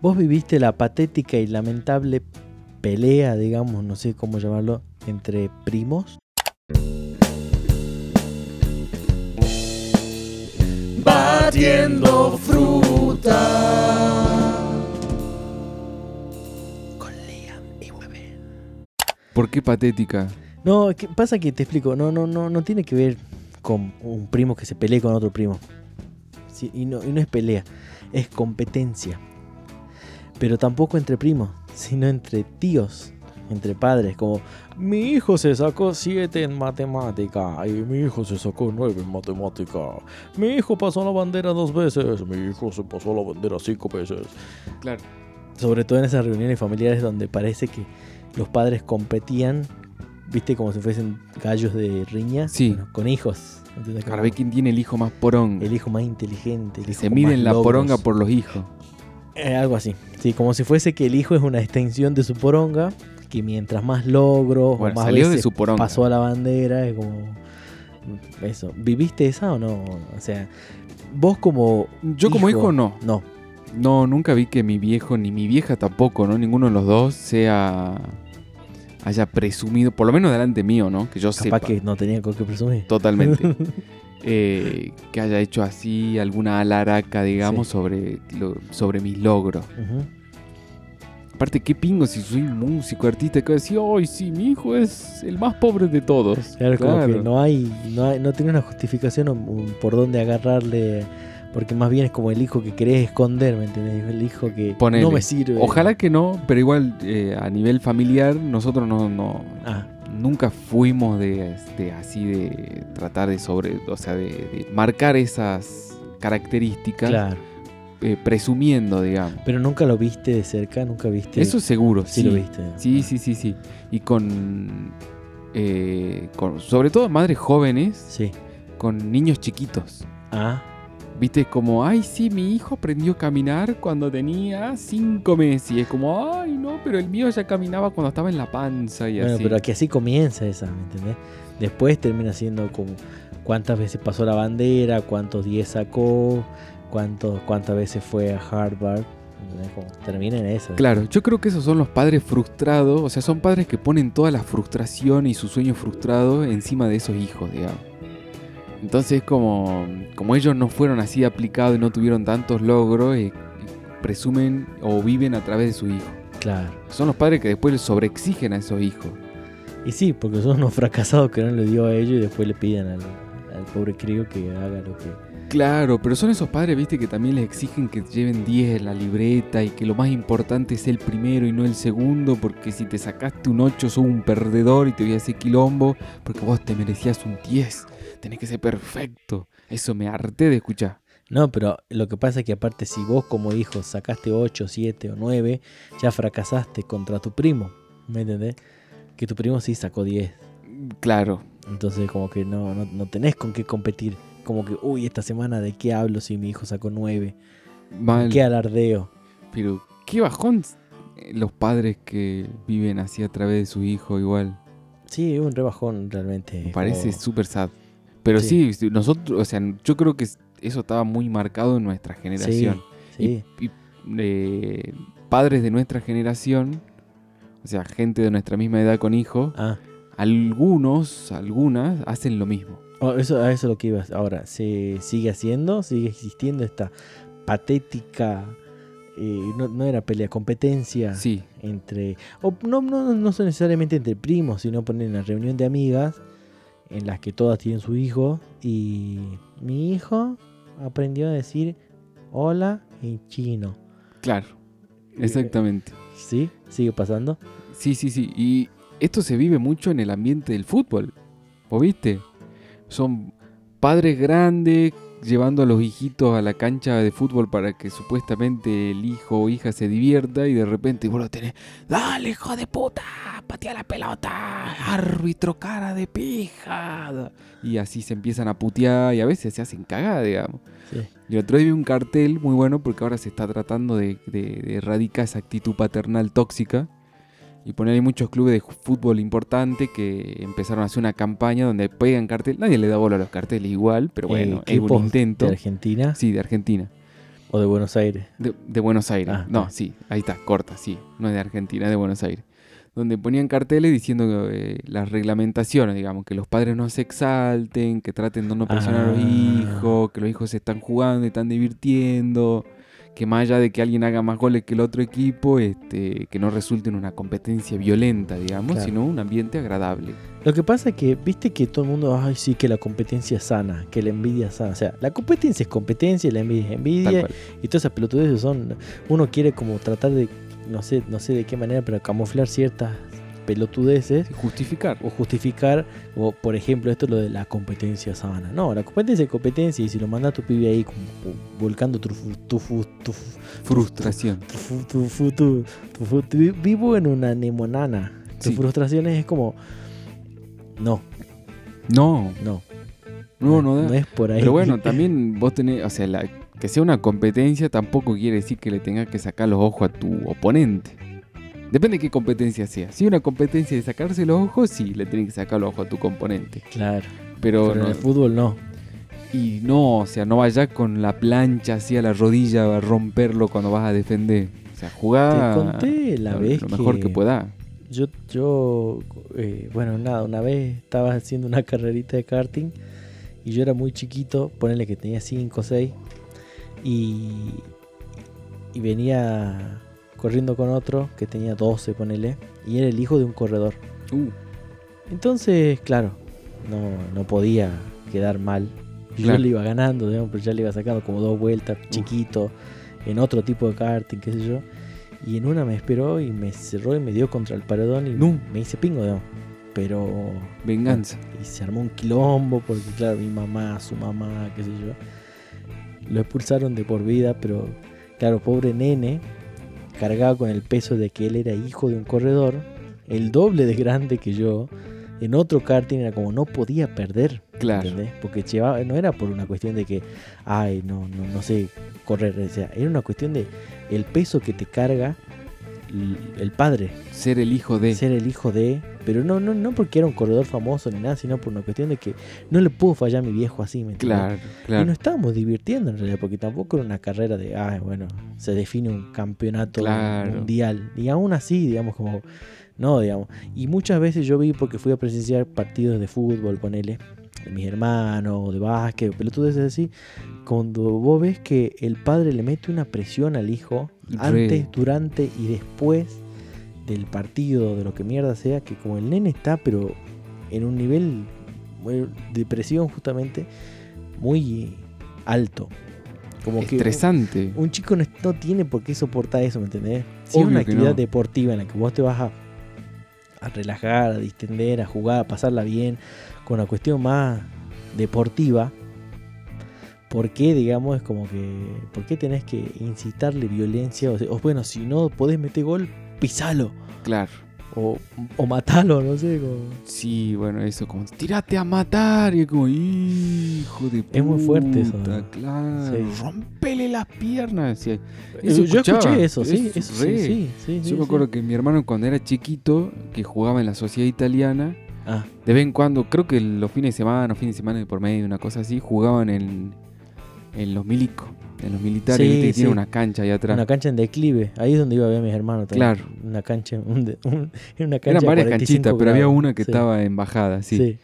Vos viviste la patética y lamentable pelea, digamos, no sé cómo llamarlo, entre primos. Batiendo fruta. Con Liam y Webel. ¿Por qué patética? No, es que pasa que te explico, no, no, no, no tiene que ver con un primo que se pelee con otro primo. Sí, y, no, y no es pelea, es competencia. Pero tampoco entre primos, sino entre tíos, entre padres, como mi hijo se sacó 7 en matemática y mi hijo se sacó 9 en matemática. Mi hijo pasó la bandera dos veces, mi hijo se pasó la bandera cinco veces. Claro. Sobre todo en esas reuniones familiares donde parece que los padres competían, viste, como si fuesen gallos de riña Sí. bueno, con hijos. ¿entendés? Para Como ver quién tiene el hijo más porón. El hijo más inteligente. El hijo Se con más miden la logros. poronga por los hijos. Eh, algo así. Sí, como si fuese que el hijo es una extensión de su poronga, que mientras más logros o Bueno, más salió veces de su poronga. pasó a la bandera, es como mm, eso. ¿Viviste esa o no? O sea, vos como Yo como hijo no. no. No, nunca vi que mi viejo, ni mi vieja tampoco, ¿no? Ninguno de los dos sea. haya presumido, por lo menos delante mío, ¿no? Que yo Capaz sepa. que no tenía con qué presumir. Totalmente. Eh, que haya hecho así alguna alaraca, digamos, sobre, lo- sobre mis logros. Ujú. Aparte, qué pingo si soy músico, artista, que va a decir, ¡ay, sí, mi hijo es el más pobre de todos! Claro, como que no hay, no hay- no tiene una justificación o un- por dónde agarrarle, porque más bien es como el hijo que querés esconder, ¿me entendés? El hijo que Ponele. no me sirve. Ojalá que no, pero igual eh, a nivel familiar nosotros no, no- Ah, nunca fuimos de, de así de tratar de sobre, o sea, de, de marcar esas características claro. eh, presumiendo, digamos. Pero nunca lo viste de cerca, nunca viste. Eso seguro, sí, sí. lo viste. Ah. Sí, sí, sí, sí. Y con, eh, con- sobre todo madres jóvenes Sí. con niños chiquitos. Ah, Viste, como, ay, sí, mi hijo aprendió a caminar cuando tenía cinco meses. Y es como, ay, no, pero el mío ya caminaba cuando estaba en la panza y bueno, así. pero aquí así comienza esa, ¿me entendés? Después termina siendo como cuántas veces pasó la bandera, cuántos 10 sacó, cuántos, cuántas veces fue a Harvard. ¿entendés? Como termina en esa. Claro, yo creo que esos son los padres frustrados, o sea, son padres que ponen toda la frustración y su sueño frustrado encima de esos hijos, digamos. Entonces, como, como ellos no fueron así aplicados y no tuvieron tantos logros, eh, presumen o viven a través de sus hijos. Claro. Son los padres que después les sobreexigen a esos hijos. Y sí, porque son unos fracasados que no le dio a ellos y después le piden al, al pobre crío que haga lo que. Claro, pero son esos padres, viste, que también les exigen que lleven 10 en la libreta y que lo más importante es el primero y no el segundo, porque si te sacaste un 8 sos un perdedor y te voy a hacer quilombo, porque vos te merecías un 10, tenés que ser perfecto. Eso me harté de escuchar. No, pero lo que pasa es que aparte si vos como hijo sacaste 8, 7 o 9, ya fracasaste contra tu primo, ¿me entendés? Que tu primo sí sacó 10, Claro, entonces como que no, no, no tenés con qué competir, como que, uy, esta semana de qué hablo si mi hijo sacó 9, mal. qué alardeo. Pero qué bajón eh, los padres que viven así a través de su hijo igual. Sí, es un rebajón realmente. Me parece como- súper sad. Pero Sí. sí. nosotros, o sea, yo creo que eso estaba muy marcado en nuestra generación. Sí, y eh, padres de nuestra generación, o sea, gente de nuestra misma edad con hijos, ah, algunos, algunas hacen lo mismo. oh, eso, a eso es lo que ibas. Ahora, ¿se sigue haciendo? ¿Sigue existiendo esta patética... eh, no, no era pelea, competencia. Sí, entre o no, no, no son necesariamente entre primos, sino poner en la reunión de amigas en las que todas tienen su hijo y mi hijo aprendió a decir hola en chino. claro, exactamente. ¿Sí? ¿Sigue pasando? Sí, sí, sí. Y esto se vive mucho en el ambiente del fútbol. ¿O viste? Son padres grandes llevando a los hijitos a la cancha de fútbol para que supuestamente el hijo o hija se divierta y de repente vos lo tenés. ¡Dale, hijo de puta! ¡Patea la pelota! ¡Árbitro, cara de pija! Y así se empiezan a putear y a veces se hacen cagada, digamos. Sí. Y el otro día vi un cartel muy bueno porque ahora se está tratando de, de- de erradicar esa actitud paternal tóxica. Y poner hay muchos clubes de ju- fútbol importante que empezaron a hacer una campaña donde pegan cartel. Nadie le da bola a los carteles igual, pero Eh, bueno, es equipos un intento. De Argentina. Sí, de Argentina. O de Buenos Aires. De, de Buenos Aires. Ah, no, ok. sí, ahí está, corta, sí. No es de Argentina, es de Buenos Aires. Donde ponían carteles diciendo eh, las reglamentaciones, digamos, que los padres no se exalten, que traten de no presionar a los Ah. hijos, que los hijos se están jugando y están divirtiendo, que más allá de que alguien haga más goles que el otro equipo, este, que no resulte en una competencia violenta, digamos, Claro. sino un ambiente agradable. Lo que pasa es que, viste que todo el mundo, ay, sí, que la competencia es sana, que la envidia es sana. O sea, la competencia es competencia, y eh, la envidia es Tal envidia. cual. Y todas esas pelotudeces son. Uno quiere como tratar de, no sé, no sé de qué manera, pero camuflar ciertas pelotudeces Justificar. o justificar, o por ejemplo, esto es lo de la competencia sana. No, la competencia es competencia y si lo manda tu pibe ahí como, pu- volcando tu, fu- tu, fu- tu, fu- Frustración. tu, fu- tu, fu- tu- tu fu- tu- vi- vivo en una nemonana. Tus Sí. frustraciones es como, no, No, no, no, no da. es por ahí. Pero bueno, también vos tenés, o sea, la- que sea una competencia tampoco quiere decir que le tengas que sacar los ojos a tu oponente. Depende de qué competencia sea. Si una competencia de sacarse los ojos, sí, le tenés que sacar los ojos a tu componente. Claro, Pero, pero en no- el fútbol no. y no, o sea, no vayas con la plancha así a la rodilla a romperlo cuando vas a defender. O sea, jugá Te conté la Ah, lo, vez lo mejor que, pueda. Yo, yo eh, bueno, nada, una vez estaba haciendo una carrerita de karting y yo era muy chiquito, ponele que tenía 5 o 6, y, y venía corriendo con otro que tenía 12, ponele, y era el hijo de un corredor. Uh, Entonces, claro, no, no podía quedar mal. Yo Claro. le iba ganando, digamos, pero ya le iba sacando como dos vueltas, chiquito, en otro tipo de karting, qué sé yo. Y en una me esperó y me cerró y me dio contra el paredón y No. me hice pingo, digamos. Pero. venganza. Y se armó un quilombo porque, claro, mi mamá, su mamá, qué sé yo. Lo expulsaron de por vida, pero, claro, pobre nene, cargado con el peso de que él era hijo de un corredor, el doble de grande que yo, en otro karting era como no podía perder, Claro. ¿entendés? Porque llevaba, no era por una cuestión de que, ay, no, no, no sé correr, o sea, era una cuestión de el peso que te carga l- el padre, Ser el hijo de. ser el hijo de. Pero no, no, no porque era un corredor famoso ni nada, sino por una cuestión de que no le puedo fallar a mi viejo así, ¿me entiendes? Claro, Y claro. nos estábamos divirtiendo en realidad, porque tampoco era una carrera de, ah, bueno, se define un campeonato Claro. mundial. Y aún así, digamos, como, no, digamos. Y muchas veces yo vi, porque fui a presenciar partidos de fútbol, ponele, de mis hermanos, o de básquet, pero tú dices así, cuando vos ves que el padre le mete una presión al hijo, Re. antes, durante y después del partido, de lo que mierda sea, que como el nene está, pero en un nivel bueno, de presión justamente muy alto. Como que Estresante. un chico no, es- no tiene por qué soportar eso, ¿me entendés? Si es Obvio una que actividad no. deportiva en la que vos te vas a, a relajar, a distender, a jugar, a pasarla bien, con una cuestión más deportiva, ¿por qué, digamos, es como que, por qué tenés que incitarle violencia? O, sea, o bueno, si no podés meter gol, pisalo. Claro. O, o matalo, no sé. como- Sí, bueno, eso como tirate a matar y es como hijo de puta. Es muy fuerte eso, ¿no? Claro. Sí. Rompele las piernas. decía. Eso Eh, Yo escuchaba, escuché eso, sí, eso, eso, sí, re. sí, sí, Yo sí, me acuerdo sí. que mi hermano cuando era chiquito, que jugaba en la sociedad italiana, Ah, de vez en cuando, creo que los fines de semana, los fines de semana de por medio, una cosa así, jugaban en, en los milicos, en los militares, Sí, viste que sí. tiene una cancha allá atrás. una cancha en declive, ahí es donde iba a ver a mis hermanos también. Claro. Una cancha, un de- un- era una cancha. Eran de varias 45 canchitas, pero había grados. una que Sí, estaba en bajada, sí. sí.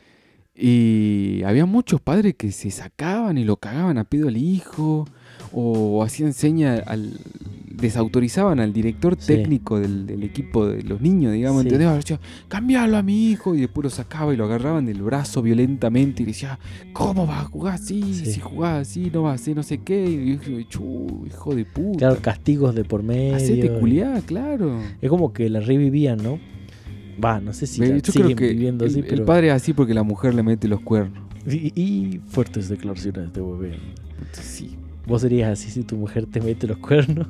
Y había muchos padres que se sacaban y lo cagaban a pedo al hijo, o hacían seña al. desautorizaban al director Sí. técnico del, del equipo de los niños, digamos, Sí. ¿entendés? Decía, cambialo a mi hijo, y después lo sacaba y lo agarraban del brazo violentamente y le decía, ¿cómo vas a jugar así? Sí. Si jugás así, no vas a hacer no sé qué. Y yo dije, "Chu, hijo de puta. Claro, castigos de por medio. Hacete y- culiar, claro. Es como que la revivían, ¿no? Va, no sé si Ve, la yo creo siguen que viviendo el, así, el pero. padre es así porque la mujer le mete los cuernos. Y, y fuertes declaraciones de bebé. Sí. Vos serías así si tu mujer te mete los cuernos.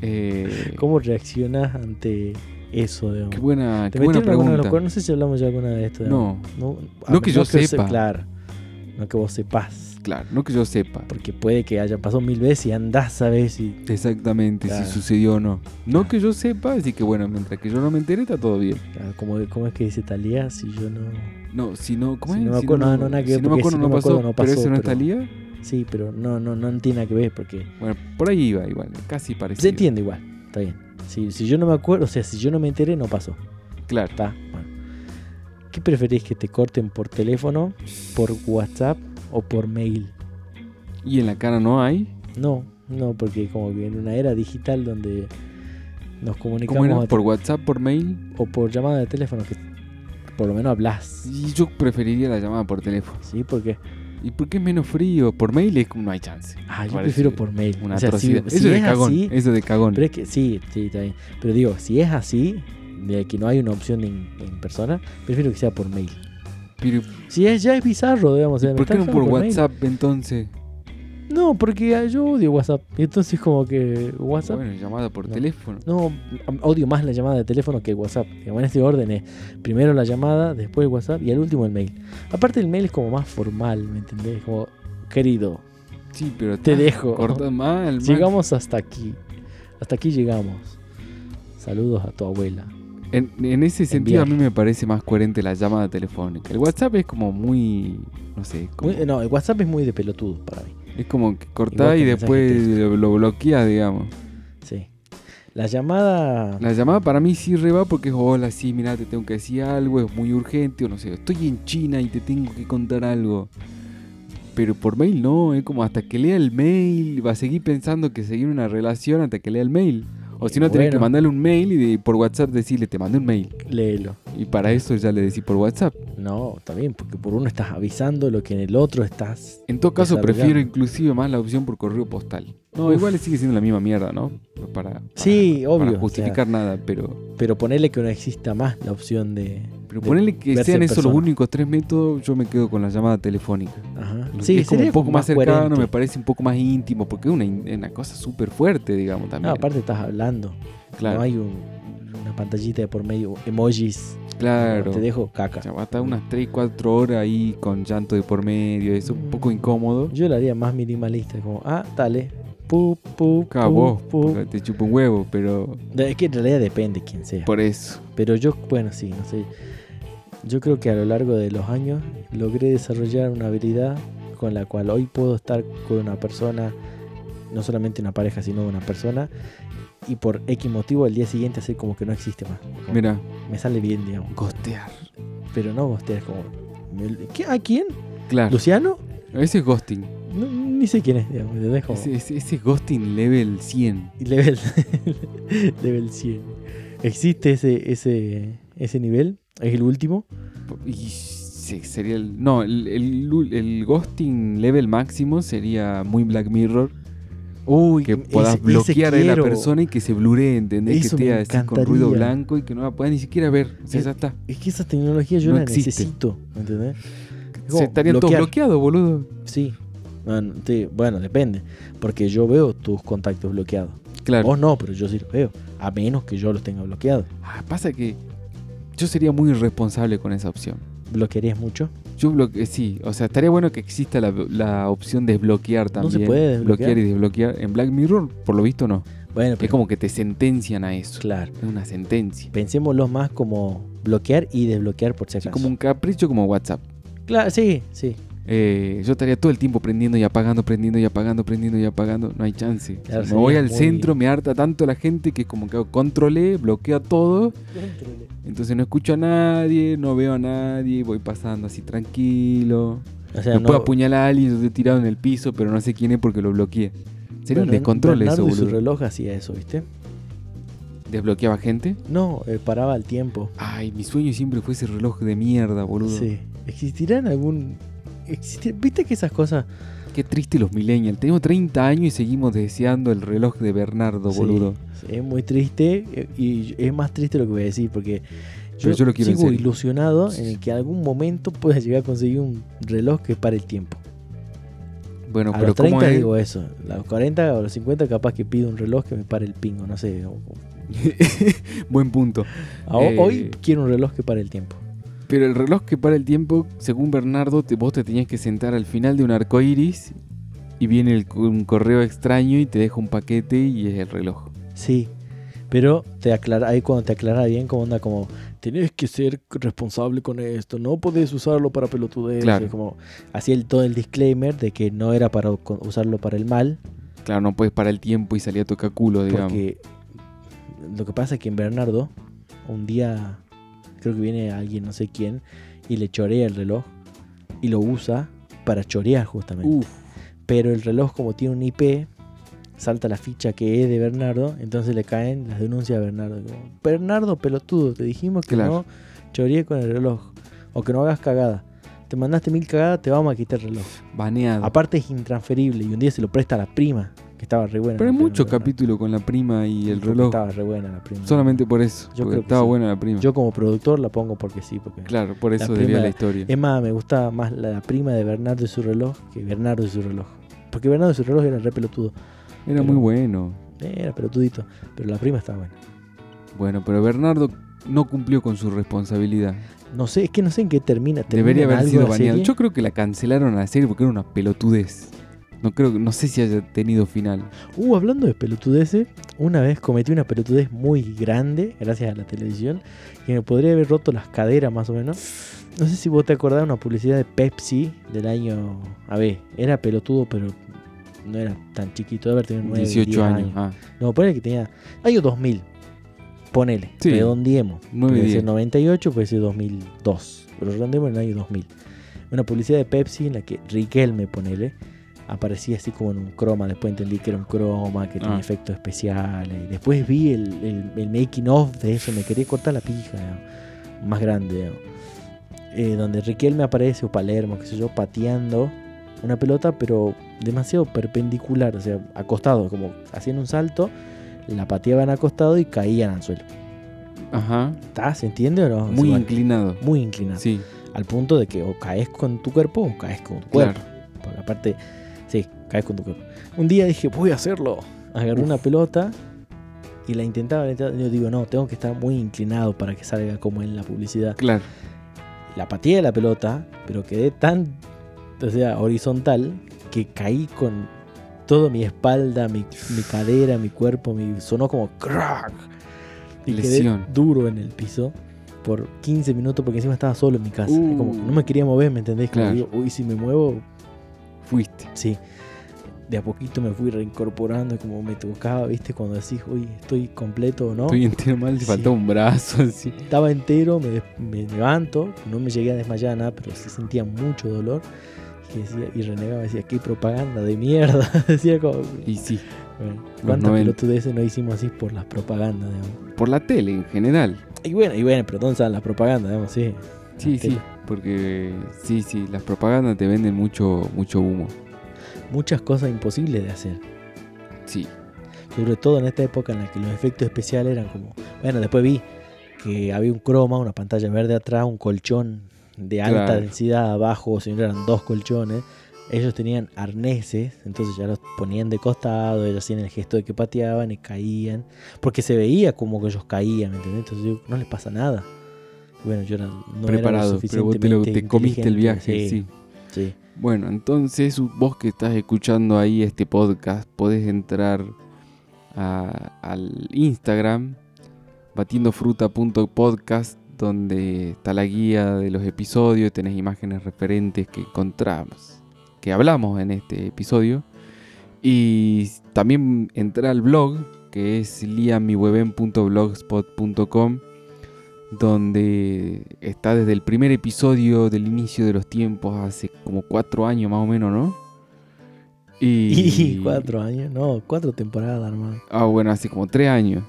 Eh, ¿Cómo reaccionás ante eso, digamos? Qué buena, ¿Te qué buena metieron alguna de los pregunta. cuernos? No sé si hablamos ya alguna de esto. digamos. No, No, a No que yo menos se- sepa. Claro. No que vos sepas. claro, no que yo sepa Porque puede que haya pasado mil veces y andás a ver si. exactamente Claro. si sucedió o no. No que yo sepa, así que bueno, mientras que yo no me entere está todo bien. Claro, ah, como, ¿Cómo es que dice Talía? Si yo no. No, si no, ¿cómo Si es? no me acuerdo, no, no, nada que si ver, no me porque acuerdo, si no, no me pasó, acuerdo, no Pero pasó, eso no pero- está lía. Sí, pero no, no, no tiene nada que ver porque. Bueno, por ahí iba igual, casi parecido. Se entiende igual, está bien. Si, si yo no me acuerdo, o sea, si yo no me enteré, no pasó. Claro. Está, bueno. ¿Qué preferís que te corten por teléfono, por WhatsApp o por mail? Y en la cara no hay. No, no, porque como que en una era digital donde nos comunicamos ¿Cómo a era? tra- ¿Por WhatsApp, por mail? o por llamada de teléfono, que por lo menos hablas. Y yo preferiría la llamada por teléfono. Sí, porque. ¿Y por qué es menos frío? Por mail es como no hay chance. Ah, yo Parece prefiero por mail. Una O sea, si- atrocidad. si eso es de es cagón. así, eso es de cagón. Pero es que sí, sí, está bien. Pero digo, si es así, de que no hay una opción en, en persona, prefiero que sea por mail. Pero, Si es, ya es bizarro, digamos. ¿y eh, me ¿Por qué están no por llamando mail. WhatsApp entonces? No, porque ah, yo odio WhatsApp. Y entonces como que WhatsApp... Bueno, llamada por No. teléfono. No, am- odio más la llamada de teléfono que WhatsApp. Digamos, en este orden es primero la llamada, después el WhatsApp y al último el mail. Aparte el mail es como más formal, ¿me entendés? Como, querido, Sí, pero Te estás dejo. cortado mal, mal. llegamos hasta aquí. Hasta aquí llegamos. Saludos a tu abuela. En, en ese sentido a Enviar. mí me parece más coherente la llamada telefónica. El WhatsApp es como muy, no sé, como- Muy- no, el WhatsApp es muy de pelotudo para mí. es como que Igual cortás que y el mensaje después lo, lo bloqueás, digamos. Sí. La llamada... La llamada para mí sí reba porque es hola, sí, mira, te tengo que decir algo, es muy urgente, o no sé, estoy en China y te tengo que contar algo. Pero por mail no, es como hasta que lea el mail, va a seguir pensando que seguir una relación hasta que lea el mail. O si no, tenés que Bueno. mandarle un mail y de- por WhatsApp decirle, te mandé un mail. Léelo. Y para eso ya le decís por WhatsApp. No, también, porque por uno estás avisando lo que en el otro estás En todo caso, Desarrollando. prefiero inclusive más la opción por correo postal. No, Uf. igual sigue siendo la misma mierda, ¿no? Para, para- Sí, obvio, Para o justificar nada, pero, Pero ponerle que no exista más la opción de. pero de- ponerle que verse sean en esos los persona. únicos tres métodos, yo me quedo con la llamada telefónica. Ajá. es como un poco más, cercano, coherente. me parece un poco más íntimo, porque es una, in- una cosa súper fuerte, digamos, No, también. aparte estás hablando. claro, No hay un- una pantallita de por medio, emojis. claro. Te dejo caca. Ya va a estar unas 3, 4 horas ahí con llanto de por medio, eso un poco incómodo. Yo lo haría más minimalista, como, ah, dale. Pu, pu, Acá pu, vos, pu. porque te chupa un huevo, pero De- Es que en realidad depende quién sea. por eso. Pero yo, bueno, sí, no sé. Yo creo que a lo largo de los años logré desarrollar una habilidad con la cual hoy puedo estar con una persona, no solamente una pareja, sino una persona, y por X motivo al día siguiente hacer como que no existe más. Como Mira, Me sale bien, digamos. gostear. Pero no gostear, es como. me- ¿qué? ¿A quién? Claro, ¿Luciano? ese es ghosting. No, ni sé quién es, digamos. ¿entendés? Como- Ese, ese- ese ghosting level 100. y Level, level 100. ¿Existe ese, ese, ese nivel? ¿Es el último? Y se- sería el. No, el, el- el ghosting level máximo sería muy Black Mirror. Uy, Que ese- puedas ese bloquear a la quiero. persona y que se bluree, ¿entendés? Que Eso me esté así con encantaría. ruido Eh, blanco y que no la puedas ni siquiera ver. O sea, Es- ya está. Es que esa tecnología yo No la existe. necesito, ¿me ¿entendés? Se estarían todos bloquear. bloqueados, boludo. Sí. Bueno, te- bueno, depende. Porque yo veo tus contactos bloqueados. Claro. Vos no, pero yo sí los veo. A menos que yo los tenga bloqueados. Ah, pasa que yo sería muy irresponsable con esa opción. ¿Bloquearías mucho? Yo bloque sí, o sea, estaría bueno que exista la, la opción desbloquear No también. se puede desbloquear. Bloquear y desbloquear. En Black Mirror, por lo visto, no. Bueno, pero Es como que te sentencian a eso. claro. Es una sentencia. Pensémoslo más como bloquear y desbloquear por si Así acaso. como un capricho como WhatsApp. Claro, sí, sí. Eh, yo estaría todo el tiempo prendiendo y apagando, prendiendo y apagando, prendiendo y apagando. No hay chance. O sea, Claro, me sería voy al muy- centro, me harta tanto la gente que es como que hago control E, bloqueo todo. Entonces no escucho a nadie, no veo a nadie, voy pasando así tranquilo. O Me sea, puedo no, apuñalar a alguien, yo estoy tirado en el piso, pero no sé quién es porque lo bloqueé. Sería un Bern- descontrol Bernardo eso, y su boludo. reloj hacía eso, ¿viste? ¿Desbloqueaba gente? No, eh, paraba el tiempo. Ay, mi sueño siempre fue ese reloj de mierda, boludo. Sí. ¿Existirán algún...? existir- ¿Viste que esas cosas Qué triste los millennials. Tenemos 30 años y seguimos deseando el reloj de Bernardo, Sí, boludo. sí, es muy triste eh, y es más triste lo que voy a decir porque yo, Pero yo lo quiero en sigo serio. ilusionado Sí, en el sí. que en algún momento pueda llegar a conseguir un reloj que pare el tiempo. Bueno, a pero los ¿cómo 30 es? digo eso, a los 40 o a los 50 capaz que pido un reloj que me pare el pingo, no sé. o- o- eh. Buen punto. a- Eh. Hoy quiero un reloj que pare el tiempo. Pero el reloj que para el tiempo, según Bernardo, te- vos te tenías que sentar al final de un arco iris y viene el- un correo extraño y te deja un paquete y es el reloj. Sí, Pero te aclara, ahí cuando te aclara bien, como onda, como tenés que ser responsable con esto, no podés usarlo para pelotudez. Claro. Es Como, hacía el, todo el disclaimer de que no era para co- usarlo para el mal, Claro, no puedes parar el tiempo y salir a tocar culo, digamos. porque lo que pasa es que en Bernardo, un día, creo que viene alguien, no sé quién, y le chorea el reloj y lo usa para chorear justamente. Uf, pero el reloj como tiene un IP, salta la ficha que es de Bernardo, entonces le caen las denuncias a Bernardo. Como, Bernardo, pelotudo, te dijimos que Claro. no choreé con el reloj, o que no hagas cagada. Te mandaste mil cagadas, te vamos a quitar el reloj. baneado. Aparte es intransferible, y un día se lo presta a la prima, que estaba re buena. Pero hay la prima, muchos Bernardo. capítulos con la prima y el Porque reloj. Estaba re buena la prima. Solamente por eso. Yo porque creo que estaba sí. buena la prima. Yo como productor la pongo porque sí, porque... claro, por eso la debía prima- la historia. Es más, me gustaba más la, la prima de Bernardo y su reloj que Bernardo y su reloj. Porque Bernardo y su reloj era re pelotudo. Era muy pero- bueno. Era pelotudito, pero la prima estaba buena. Bueno, pero Bernardo no cumplió con su responsabilidad. No sé, es que no sé en qué termina. ¿termina Debería en haber algo sido la baneado. serie? Yo creo que la cancelaron a la serie porque era una pelotudez. No creo, no sé si haya tenido final. Uh, hablando de pelotudeces, una vez cometí una pelotudez muy grande, gracias a la televisión, que me podría haber roto las caderas más o menos. No sé si vos te acordás de una publicidad de Pepsi del año. A ver, era pelotudo, pero no era tan chiquito. Debe haber tenido 9, 18 años. años. Ah, No, ponele que tenía. Año 2000. Ponele, Sí. redondeemos. 9, Puede 10. ser 98, puede ser 2002. Pero redondeemos en el año 2000. Una publicidad de Pepsi en la que Riquelme, ponele, aparecía así como en un croma. Después entendí que era un croma, que tenía Ah. efectos especiales. Después vi el, el- el making of de eso. Me quería cortar la pija. ¿no? Más grande. ¿no? Eh, donde Riquelme aparece, o Palermo, qué sé yo, pateando una pelota, pero demasiado perpendicular. O sea, acostado, como haciendo un salto. La pateaban acostado y caían al suelo. Ah, Ajá. ¿Está? ¿Se entiende o no? Muy Igual, inclinado. muy inclinado. Sí, Al punto de que o caes con tu cuerpo o caes con tu cuerpo. claro. Porque aparte, sí, caes con tu cuerpo. Un día dije, voy a hacerlo. Agarré una pelota y la intentaba. la intentaba. Yo digo, no, tengo que estar muy inclinado para que salga como en la publicidad. Claro. La pateé la pelota, pero quedé tan, o sea, horizontal que caí con toda mi espalda, mi, mi cadera, mi cuerpo. Mi, sonó como crack. Y Lesión. quedé duro en el piso por 15 minutos porque encima estaba solo en mi casa. Uh. Como que no me quería mover, ¿me entendés? Como Claro. digo, uy, si me muevo, Fuiste. sí. De a poquito me fui reincorporando, como me tocaba, ¿viste? Cuando decís, uy, estoy completo o no. Estoy entero mal, te Sí. faltaba un brazo así. Estaba entero, me, des- me levanto, no me llegué a desmayar nada, pero sí sentía mucho dolor. Y, decía, y renegaba, decía, qué propaganda de mierda. decía como, Y sí, bueno, los ¿cuántas 90. pelotudeces no hicimos así por las propagandas, digamos? por la tele en general. Y bueno, y bueno, pero ¿dónde están las propagandas, digamos? Sí, Sí, La sí, tele. porque sí, sí, las propagandas te venden mucho mucho humo. muchas cosas imposibles de hacer. Sí. Sobre todo en esta época en la que los efectos especiales eran como. Bueno, después vi que había un croma, una pantalla verde atrás, un colchón de alta Claro. densidad abajo, o si no eran dos colchones. Ellos tenían arneses, entonces ya los ponían de costado, ellos hacían el gesto de que pateaban y caían. Porque se veía como que ellos caían, ¿me entendés? Entonces yo, no les pasa nada. Y Bueno, yo era, no preparado, pero vos te, lo- te comiste el viaje, sí. sí. sí. Bueno, entonces vos que estás escuchando ahí este podcast, podés entrar a- al Instagram batiendofruta.podcast donde está la guía de los episodios, tenés imágenes referentes que encontramos, que hablamos en este episodio. Y también entré al blog, que es liamiweben.blogspot.com, donde está desde el primer episodio del inicio de los tiempos, hace como cuatro años más o menos, ¿no? Y cuatro años, no, cuatro temporadas, hermano. Ah, bueno, hace como tres años.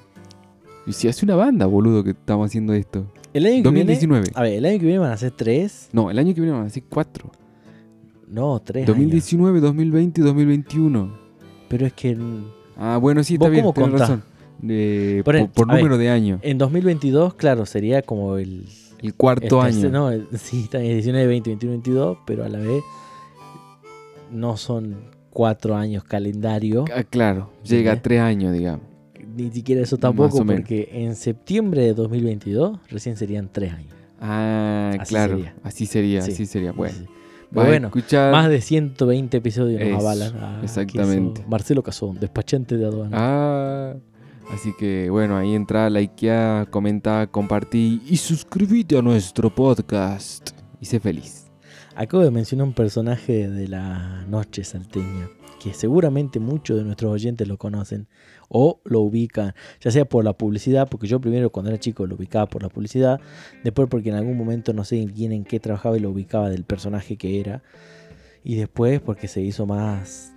Y si hace una banda, boludo, que estamos haciendo esto. El año que viene. Ah. 2019. A ver, el año que viene van a ser tres. No, el año que viene van a ser cuatro. No, tres. 2019, 2020 y 2021. años. Pero es que en, Ah, bueno, sí, está ¿Vos bien, cómo tenés contás? razón. Eh, Por por el- por a ver. eh, número de año. en 2022, claro, sería como el. El el cuarto tercer- año. este, No, el- sí, está bien, 19, 20, 21, 22, pero a la vez no son cuatro años calendario. Ah, claro, llega a ¿Entendés? tres años, digamos. Ni siquiera eso Más tampoco, o menos. porque en septiembre de 2022 recién serían tres años. Ah, Así claro. sería. Así sería, Sí. así sería. Bueno, Sí. Pero vas a bueno, escuchar- Más de 120 episodios nos Eso, avalan. Ah, que eso- exactamente. Marcelo Cazón, despachante de aduana. Ah, Así que bueno, ahí entra, likea, comenta, compartí y suscríbete a nuestro podcast. Y sé feliz. Acabo de mencionar un personaje de la noche salteña, que seguramente muchos de nuestros oyentes lo conocen o lo ubican, ya sea por la publicidad, porque yo primero cuando era chico lo ubicaba por la publicidad, después porque en algún momento no sé bien en qué trabajaba y lo ubicaba del personaje que era, y después porque se hizo más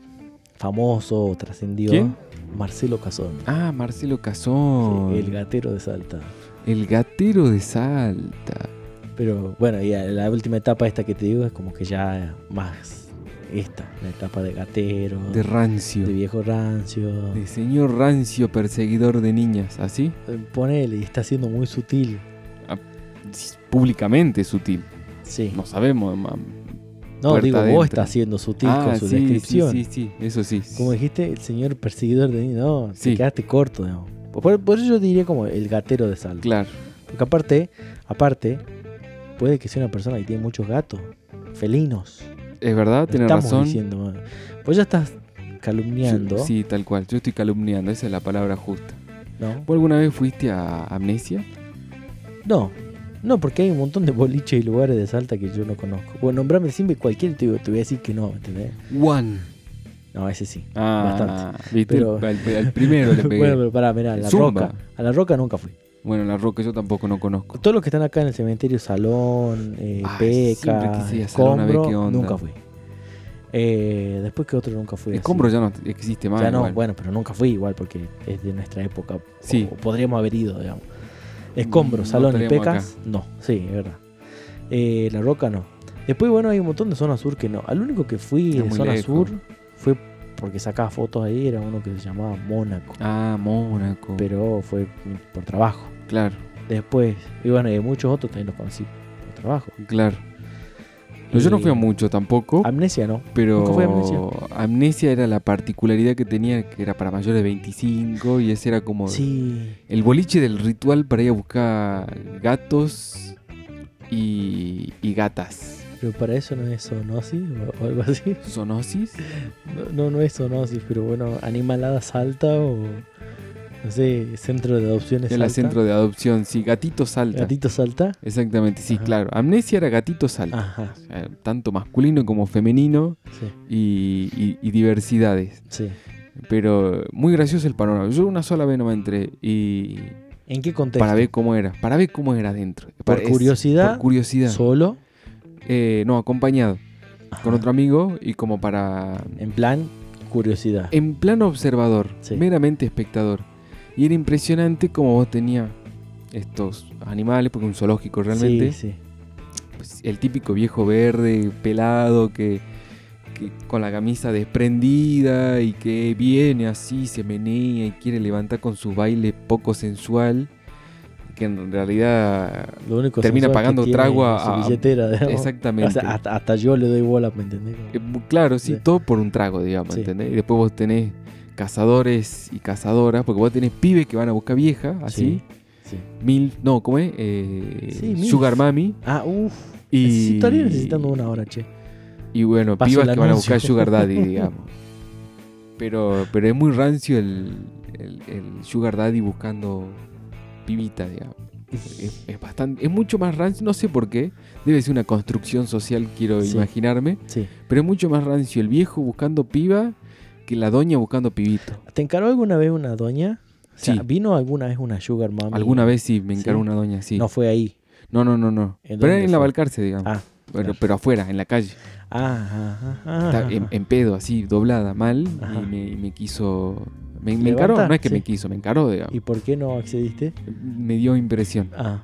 famoso o trascendió ¿Quién? Marcelo Casón, Ah, Marcelo Cazón. el gatero de Salta. El gatero de Salta. Pero bueno, y a la última etapa esta que te digo es como que ya más esta, la etapa de gatero, De de, rancio. viejo rancio. De señor rancio perseguidor de niñas. ¿Así? Eh, Ponele, está siendo muy sutil. Públicamente sutil. Sí. No sabemos, mam. No, puerta digo, adentro. vos estás siendo sutil Ah, con su sí, descripción. Sí, sí, sí, eso sí. Como dijiste, el señor perseguidor de niños. No, Sí. te quedaste corto. digamos. Por, por eso yo diría como el gatero de Salta. Claro. Porque aparte, aparte, puede que sea una persona que tiene muchos gatos, felinos. Es verdad, Lo tenés estamos Ah, razón. diciendo. man. Vos ya estás calumniando, Yo- sí, tal cual. Yo estoy calumniando, esa es la palabra justa. ¿no? ¿Vos alguna vez fuiste a Amnesia? No, no, porque hay un montón de boliches y lugares de Salta que yo no conozco. Bueno, nombrame siempre cualquier, te, digo- te voy a decir que no, ¿entendés? One. No, ese sí. Ah, Bastante. ¿viste? Pero- Al, al primero le pegué. bueno, bueno, pero pará, mirá, a la Zumba. roca. A la roca nunca fui. la roca yo tampoco no conozco. Todos los que están acá en el cementerio, Salón, eh, Ay, siempre Peca, quise ir a Salón a ver Escombro, qué onda. nunca fui. Eh, después que otro nunca fui. así. Escombro ya no existe más. Ya no, igual. bueno, pero nunca fui igual porque es de nuestra época. o- Sí. Mm, o podríamos haber ido, digamos. Escombros, No Salón y estaríamos Pecas, no. Sí, es verdad. Eh, la Roca, no. Después, bueno, hay un montón de zona sur que no. Al único que fui Es de muy zona lejos. sur fue porque sacaba fotos ahí, era uno que se llamaba Mónaco. Ah, Mónaco. Pero fue por trabajo. Claro, Después, y bueno, y muchos otros también los conocí por trabajo. claro. No, yo no Eh, fui a mucho tampoco, Amnesia, ¿no? pero nunca fui a Amnesia. Amnesia era la particularidad que tenía, que era para mayores de 25 y ese era como Sí. El boliche del ritual para ir a buscar gatos y, y gatas. Pero para eso no es zoonosis o- o algo así. ¿Sonosis? No, no, no es zoonosis, pero bueno, animalada salta o no sé, centro de adopciones Era el Salta. centro de adopción, sí, gatito salta. Gatito salta. Exactamente, sí, Ajá. Ah. claro. Amnesia era gatito salta. Ajá, O sea, tanto masculino como femenino sí, y, y- y diversidades. sí. Pero muy gracioso el panorama. Yo una sola vez no me entré y ¿En qué contexto? para ver cómo era, para ver cómo era dentro. Por curiosidad, Por curiosidad. ¿Solo? Eh, no, acompañado Ajá. con otro amigo y como para En plan, curiosidad. en plano observador, Sí. meramente espectador. Y era impresionante como vos tenías estos animales, porque un zoológico realmente, Sí, sí. pues, el típico viejo verde, pelado, que, que con la camisa desprendida y que viene así, se menea y quiere levantar con su baile poco sensual, que en realidad... Lo único Termina sensual que pagando tiene trago es su a- a- billetera, digamos. Exactamente. O sea, hasta, hasta yo le doy bola, ¿me entendés? Eh, bu- Claro, sí, Sí. todo por un trago, digamos, Sí. ¿entendés? Y después vos tenés cazadores y cazadoras, porque vos tenés pibes que van a buscar vieja, así, Sí. sí. mil, no, ¿cómo es? Eh, Sí, milf. Sugar Mami. Ah, uff. Y, Estaría necesitando una hora, che. Y bueno, Paso pibas el que van a buscar anuncio. Sugar Daddy, digamos. Pero, pero es muy rancio el, el- el Sugar Daddy buscando pibita, digamos. Es, es bastante, es mucho más rancio, no sé por qué, debe ser una construcción social, quiero Sí. imaginarme. Sí. Pero es mucho más rancio el viejo buscando piba que la doña buscando pibito. ¿Te encaró alguna vez una doña? O sea, Sí. ¿Vino alguna vez una sugar mami? Alguna vez sí me encaró Sí. una doña, sí. No No, fue ahí. no, no, no. no. ¿En Pero dónde era en la fue? Balcarce, digamos. Ah, pero, claro. pero afuera, en la calle. Ah, ajá, Está ajá. en, en pedo, así, doblada, mal. Ajá. Y me, y me quiso. Me, me ¿Levanta? encaró, no es que Sí. me quiso, me encaró, digamos. ¿Y por qué no accediste? Me dio impresión Ah,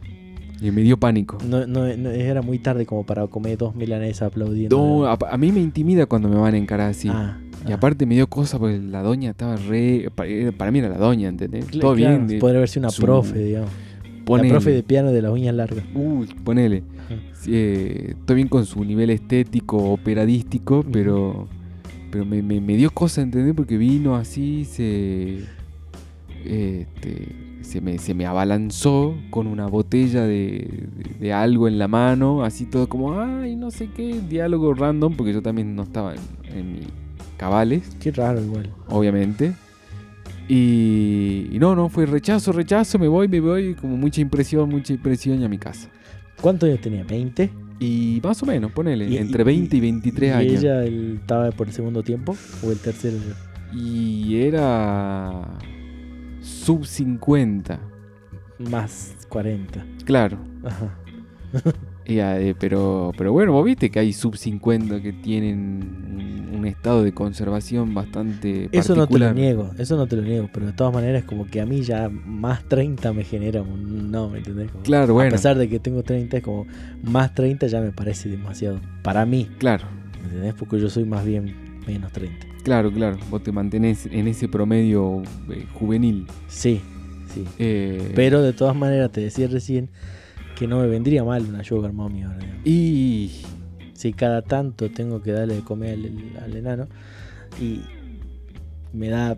y me dio pánico. no, no, no, era muy tarde como para comer dos milanesas aplaudiendo. No, ¿verdad? a, a mí me intimida cuando me van a encarar así. Ah, y ah. aparte me dio cosa porque la doña estaba re. pa- era- Para mí era la doña, ¿entendés? Cl- claro, Todo bien. eh, de- Podría haber sido una su- profe, digamos. ponele. La profe de piano de las uñas largas. Uy, ponele. Ajá. Sí, eh, estoy bien con su nivel estético, operadístico, pero. Pero me, me- me dio cosa, ¿entendés? Porque vino así, se. Este, se, me, se me abalanzó con una botella de, de- de algo en la mano, así todo como, ay, no sé qué, diálogo random, porque yo también no estaba en, en mis cabales, Qué raro igual. obviamente. Y, y no, no, fue rechazo, rechazo, me voy, me voy, como mucha impresión, mucha impresión y a mi casa. ¿Cuántos años tenía? ¿20? Y más o menos, ponele, Y- entre 20 y 23 ¿Y años. ella el- estaba por el segundo tiempo o el tercero? Y era sub 50, Más 40. claro. Ajá. Y, eh, pero, pero bueno, vos viste que hay sub 50 que tienen un- un estado de conservación bastante particular. Eso no te lo niego, eso no te lo niego, pero de todas maneras como que a mí ya más 30 me genera un no, ¿me entendés? Como- Claro, bueno, A pesar de que tengo 30, es como más 30 ya me parece demasiado para mí, claro, ¿me entendés? Porque yo soy más bien menos 30. claro, claro. Vos te mantenés en ese promedio eh, juvenil. Sí, sí. Eh, Pero de todas maneras te decía recién que no me vendría mal una sugar mommy ahora. digamos. Y Si cada tanto tengo que darle de comer al, al enano y me da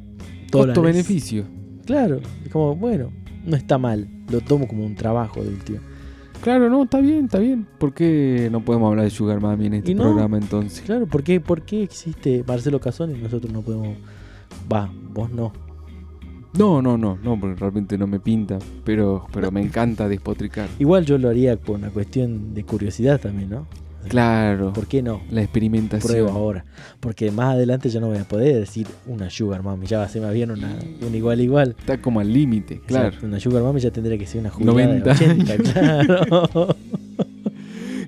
dólares. costo-beneficio. Claro, es como bueno, no está mal, lo tomo como un trabajo del tío. Claro, no, está bien, está bien. ¿Por qué no podemos hablar de Sugar Mami en este Y no. programa entonces? Claro, ¿por qué, por qué existe Marcelo Cazón y nosotros no podemos... Va, vos no. No, no, no, no, porque realmente no me pinta. Pero, pero me encanta despotricar. Igual yo lo haría por una cuestión de curiosidad también, ¿no? Claro, ¿Por qué no? la Pruebo experimentación. ahora. Porque más adelante ya no voy a poder decir una sugar mami. Ya va a ser más bien una, una igual igual. Está como al límite, claro. Exacto, una sugar mami ya tendría que ser una jubilada 90 de 80, claro.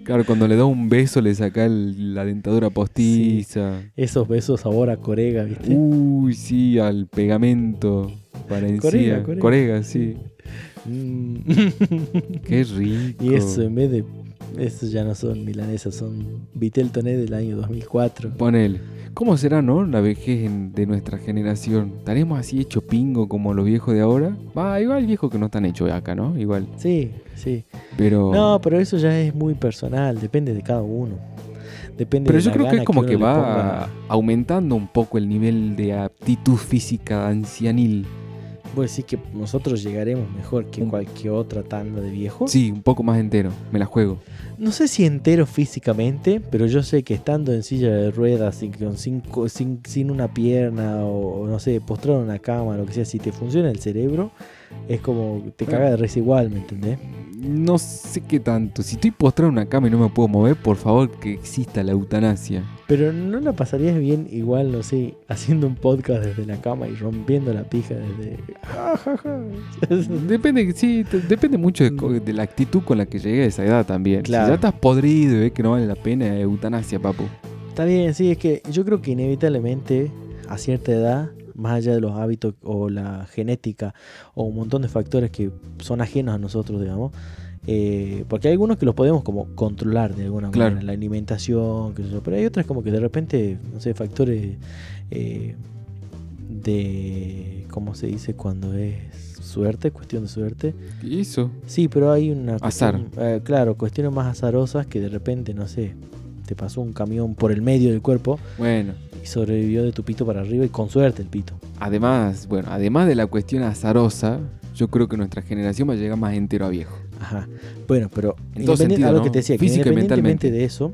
Claro, cuando le da un beso le saca el- la dentadura postiza. Esos besos ahora corega, ¿viste? Uh. Uy, sí, al pegamento para encía. Corega, corega. sí. Mm. Qué rico. y eso en vez de... Eso ya no son milanesas, son Vitel Toné del año 2004. Ponele. ¿Cómo será, no? La vejez en- de nuestra generación. ¿Estaremos así hecho pingo como los viejos de ahora? Va, igual viejos que no están hechos acá, ¿no? Igual. Sí, sí. Pero. No, pero eso ya es muy personal, depende de cada uno. Depende pero de yo la creo que gana es como uno que le ponga. va aumentando un poco el nivel de aptitud física ancianil. Voy a decir que nosotros llegaremos mejor que Un- cualquier otra tanda de viejos. Sí, un poco más entero. Me la juego. No sé si entero físicamente, pero yo sé que estando en silla de ruedas, sin, con cinco- sin, sin una pierna o o no sé, postrado en una cama, lo que sea, si te funciona el cerebro, es como te Ah. caga de res igual, ¿me entendés? No sé qué tanto. Si estoy postrado en una cama y no me puedo mover, por favor que exista la eutanasia. Pero no la pasarías bien igual, no sé, haciendo un podcast desde la cama y rompiendo la pija desde... Depende, sí, te- depende mucho de, co- de la actitud con la que llegué a esa edad también. Mm. Claro. Si ya estás podrido y ves que no vale la pena, eh, eutanasia, papu. Está bien, sí, es que yo creo que inevitablemente a cierta edad, más allá de los hábitos o la genética o un montón de factores que son ajenos a nosotros, digamos, eh, porque hay algunos que los podemos como controlar de alguna Claro. manera, la alimentación, qué sé yo, pero hay otras como que de repente, no sé, factores eh, de, ¿cómo se dice? Cuando es suerte, cuestión de suerte. ¿Y eso? Sí, pero hay una... Azar. cuestión, eh, claro, cuestiones más azarosas que de repente, no sé, te pasó un camión por el medio del cuerpo Bueno, y sobrevivió de tu pito para arriba y con suerte el pito. además, bueno, además de la cuestión azarosa, yo creo que nuestra generación va a llegar más entero a viejo. Ajá. Bueno, pero En todo independiente- sentido, a lo ¿no? que te decía, que Física y independientemente mentalmente. de eso,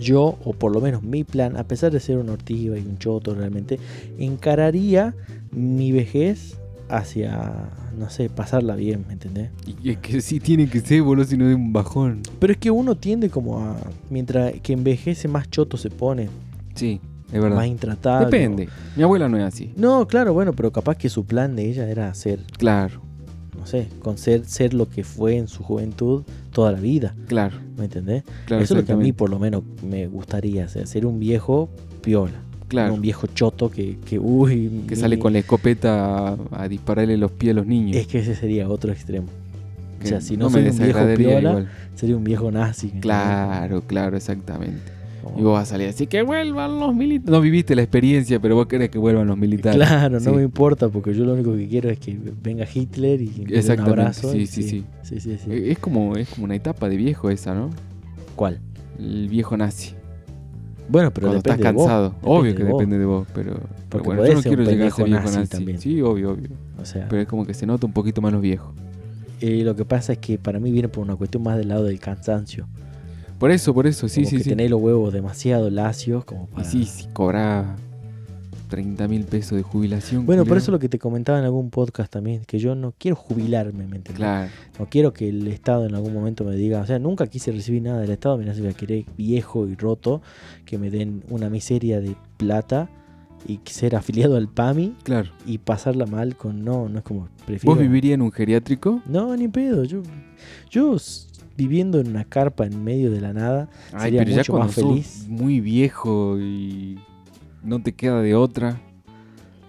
yo, o por lo menos mi plan, a pesar de ser un ortiva y un choto realmente, encararía mi vejez hacia, no sé, pasarla bien, ¿me entendés? Y es que sí tiene que ser, boludo, si no de un bajón. Pero es que uno tiende como a, mientras que envejece más choto se pone, Sí, es más verdad. intratable. Depende. Mi abuela no es así. No, claro, bueno, pero capaz que su plan de ella era ser, Claro, no sé, con ser, ser lo que fue en su juventud toda la vida, claro, ¿me entendés? claro. Eso es lo que a mí exactamente. por lo menos me gustaría hacer, ser un viejo piola, no Claro. un viejo choto que, que uy, Que mi- sale con la escopeta a, a dispararle los pies a los niños. Es que ese sería otro extremo, Que o sea, si no me soy un viejo desagradaría piola, eh. igual. sería un viejo nazi. ¿me Claro, claro, exactamente. entendés? Como- Y vos vas a salir así, que vuelvan los militares. No viviste la experiencia, pero vos querés que vuelvan los militares. Claro, no Sí. me importa porque yo lo único que quiero es que venga Hitler y me dé un Exactamente, abrazo. sí, y- sí, sí. sí, sí, sí. Eh, Es como, es como una etapa de viejo esa, ¿no? ¿Cuál? El viejo nazi. Bueno, pero Cuando depende estás de vos. cansado. depende obvio que de vos. depende de vos, pero, pero Porque bueno, podés yo no ser un quiero llegar a ser pendejo viejo nazi nazi. también. Sí, obvio, obvio. O sea, Pero es como que se nota un poquito más los viejos. eh, lo que pasa es que para mí viene por una cuestión más del lado del cansancio. Por eso, por eso, sí, como sí, que sí. tenés los huevos demasiado lacios como Y para... sí, sí, cobrá 30 mil pesos de jubilación. Bueno, por culiao. eso lo que te comentaba en algún podcast también, que yo no quiero jubilarme, ¿me entendés? Claro, No quiero que el Estado en algún momento me diga, o sea, nunca quise recibir nada del Estado, mirá si la querés viejo y roto, que me den una miseria de plata y ser afiliado al PAMI claro. y pasarla mal con no, no es como prefiero. ¿Vos vivirías en un geriátrico? No, ni pedo, yo yo s- viviendo en una carpa en medio de la nada, Ay, Sería pero ya mucho cuando más sos feliz. muy viejo y no te queda de otra.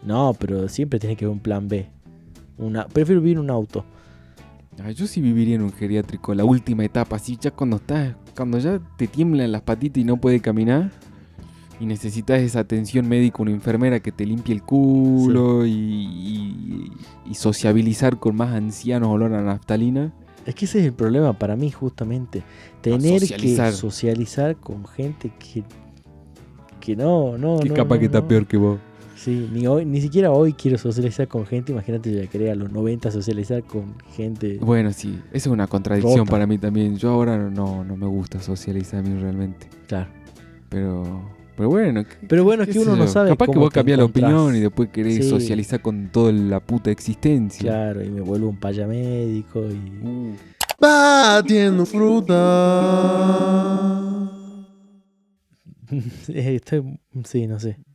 no, pero siempre tiene que haber un plan B. Una, prefiero vivir en un auto. Ay, Ah, yo sí viviría en un geriátrico, la última etapa, así ya cuando estás, cuando ya te tiemblan las patitas y no puedes caminar y necesitas esa atención médica, una enfermera que te limpie el culo y, y- y sociabilizar con más ancianos olor a naftalina. Es que ese es el problema para mí, justamente. Tener socializar. que socializar con gente que, que no, no. que no, capaz no, que está no. peor que vos. Sí, ni, hoy, ni siquiera hoy quiero socializar con gente. Imagínate, yo ya quería a los 90 socializar con gente. Bueno, sí, eso es una contradicción Rota. para mí también. Yo ahora no, no me gusta socializar a mí realmente. Claro. Pero, pero bueno, ¿qué- Pero bueno, es qué que sé uno no yo? sabe. Capaz que cómo vos te cambiás la encontrás. opinión y después querés Sí. socializar con toda la puta existencia. Claro, y me vuelvo un payamédico. Y... Uh. Batiendo fruta. Estoy- Sí, no sé.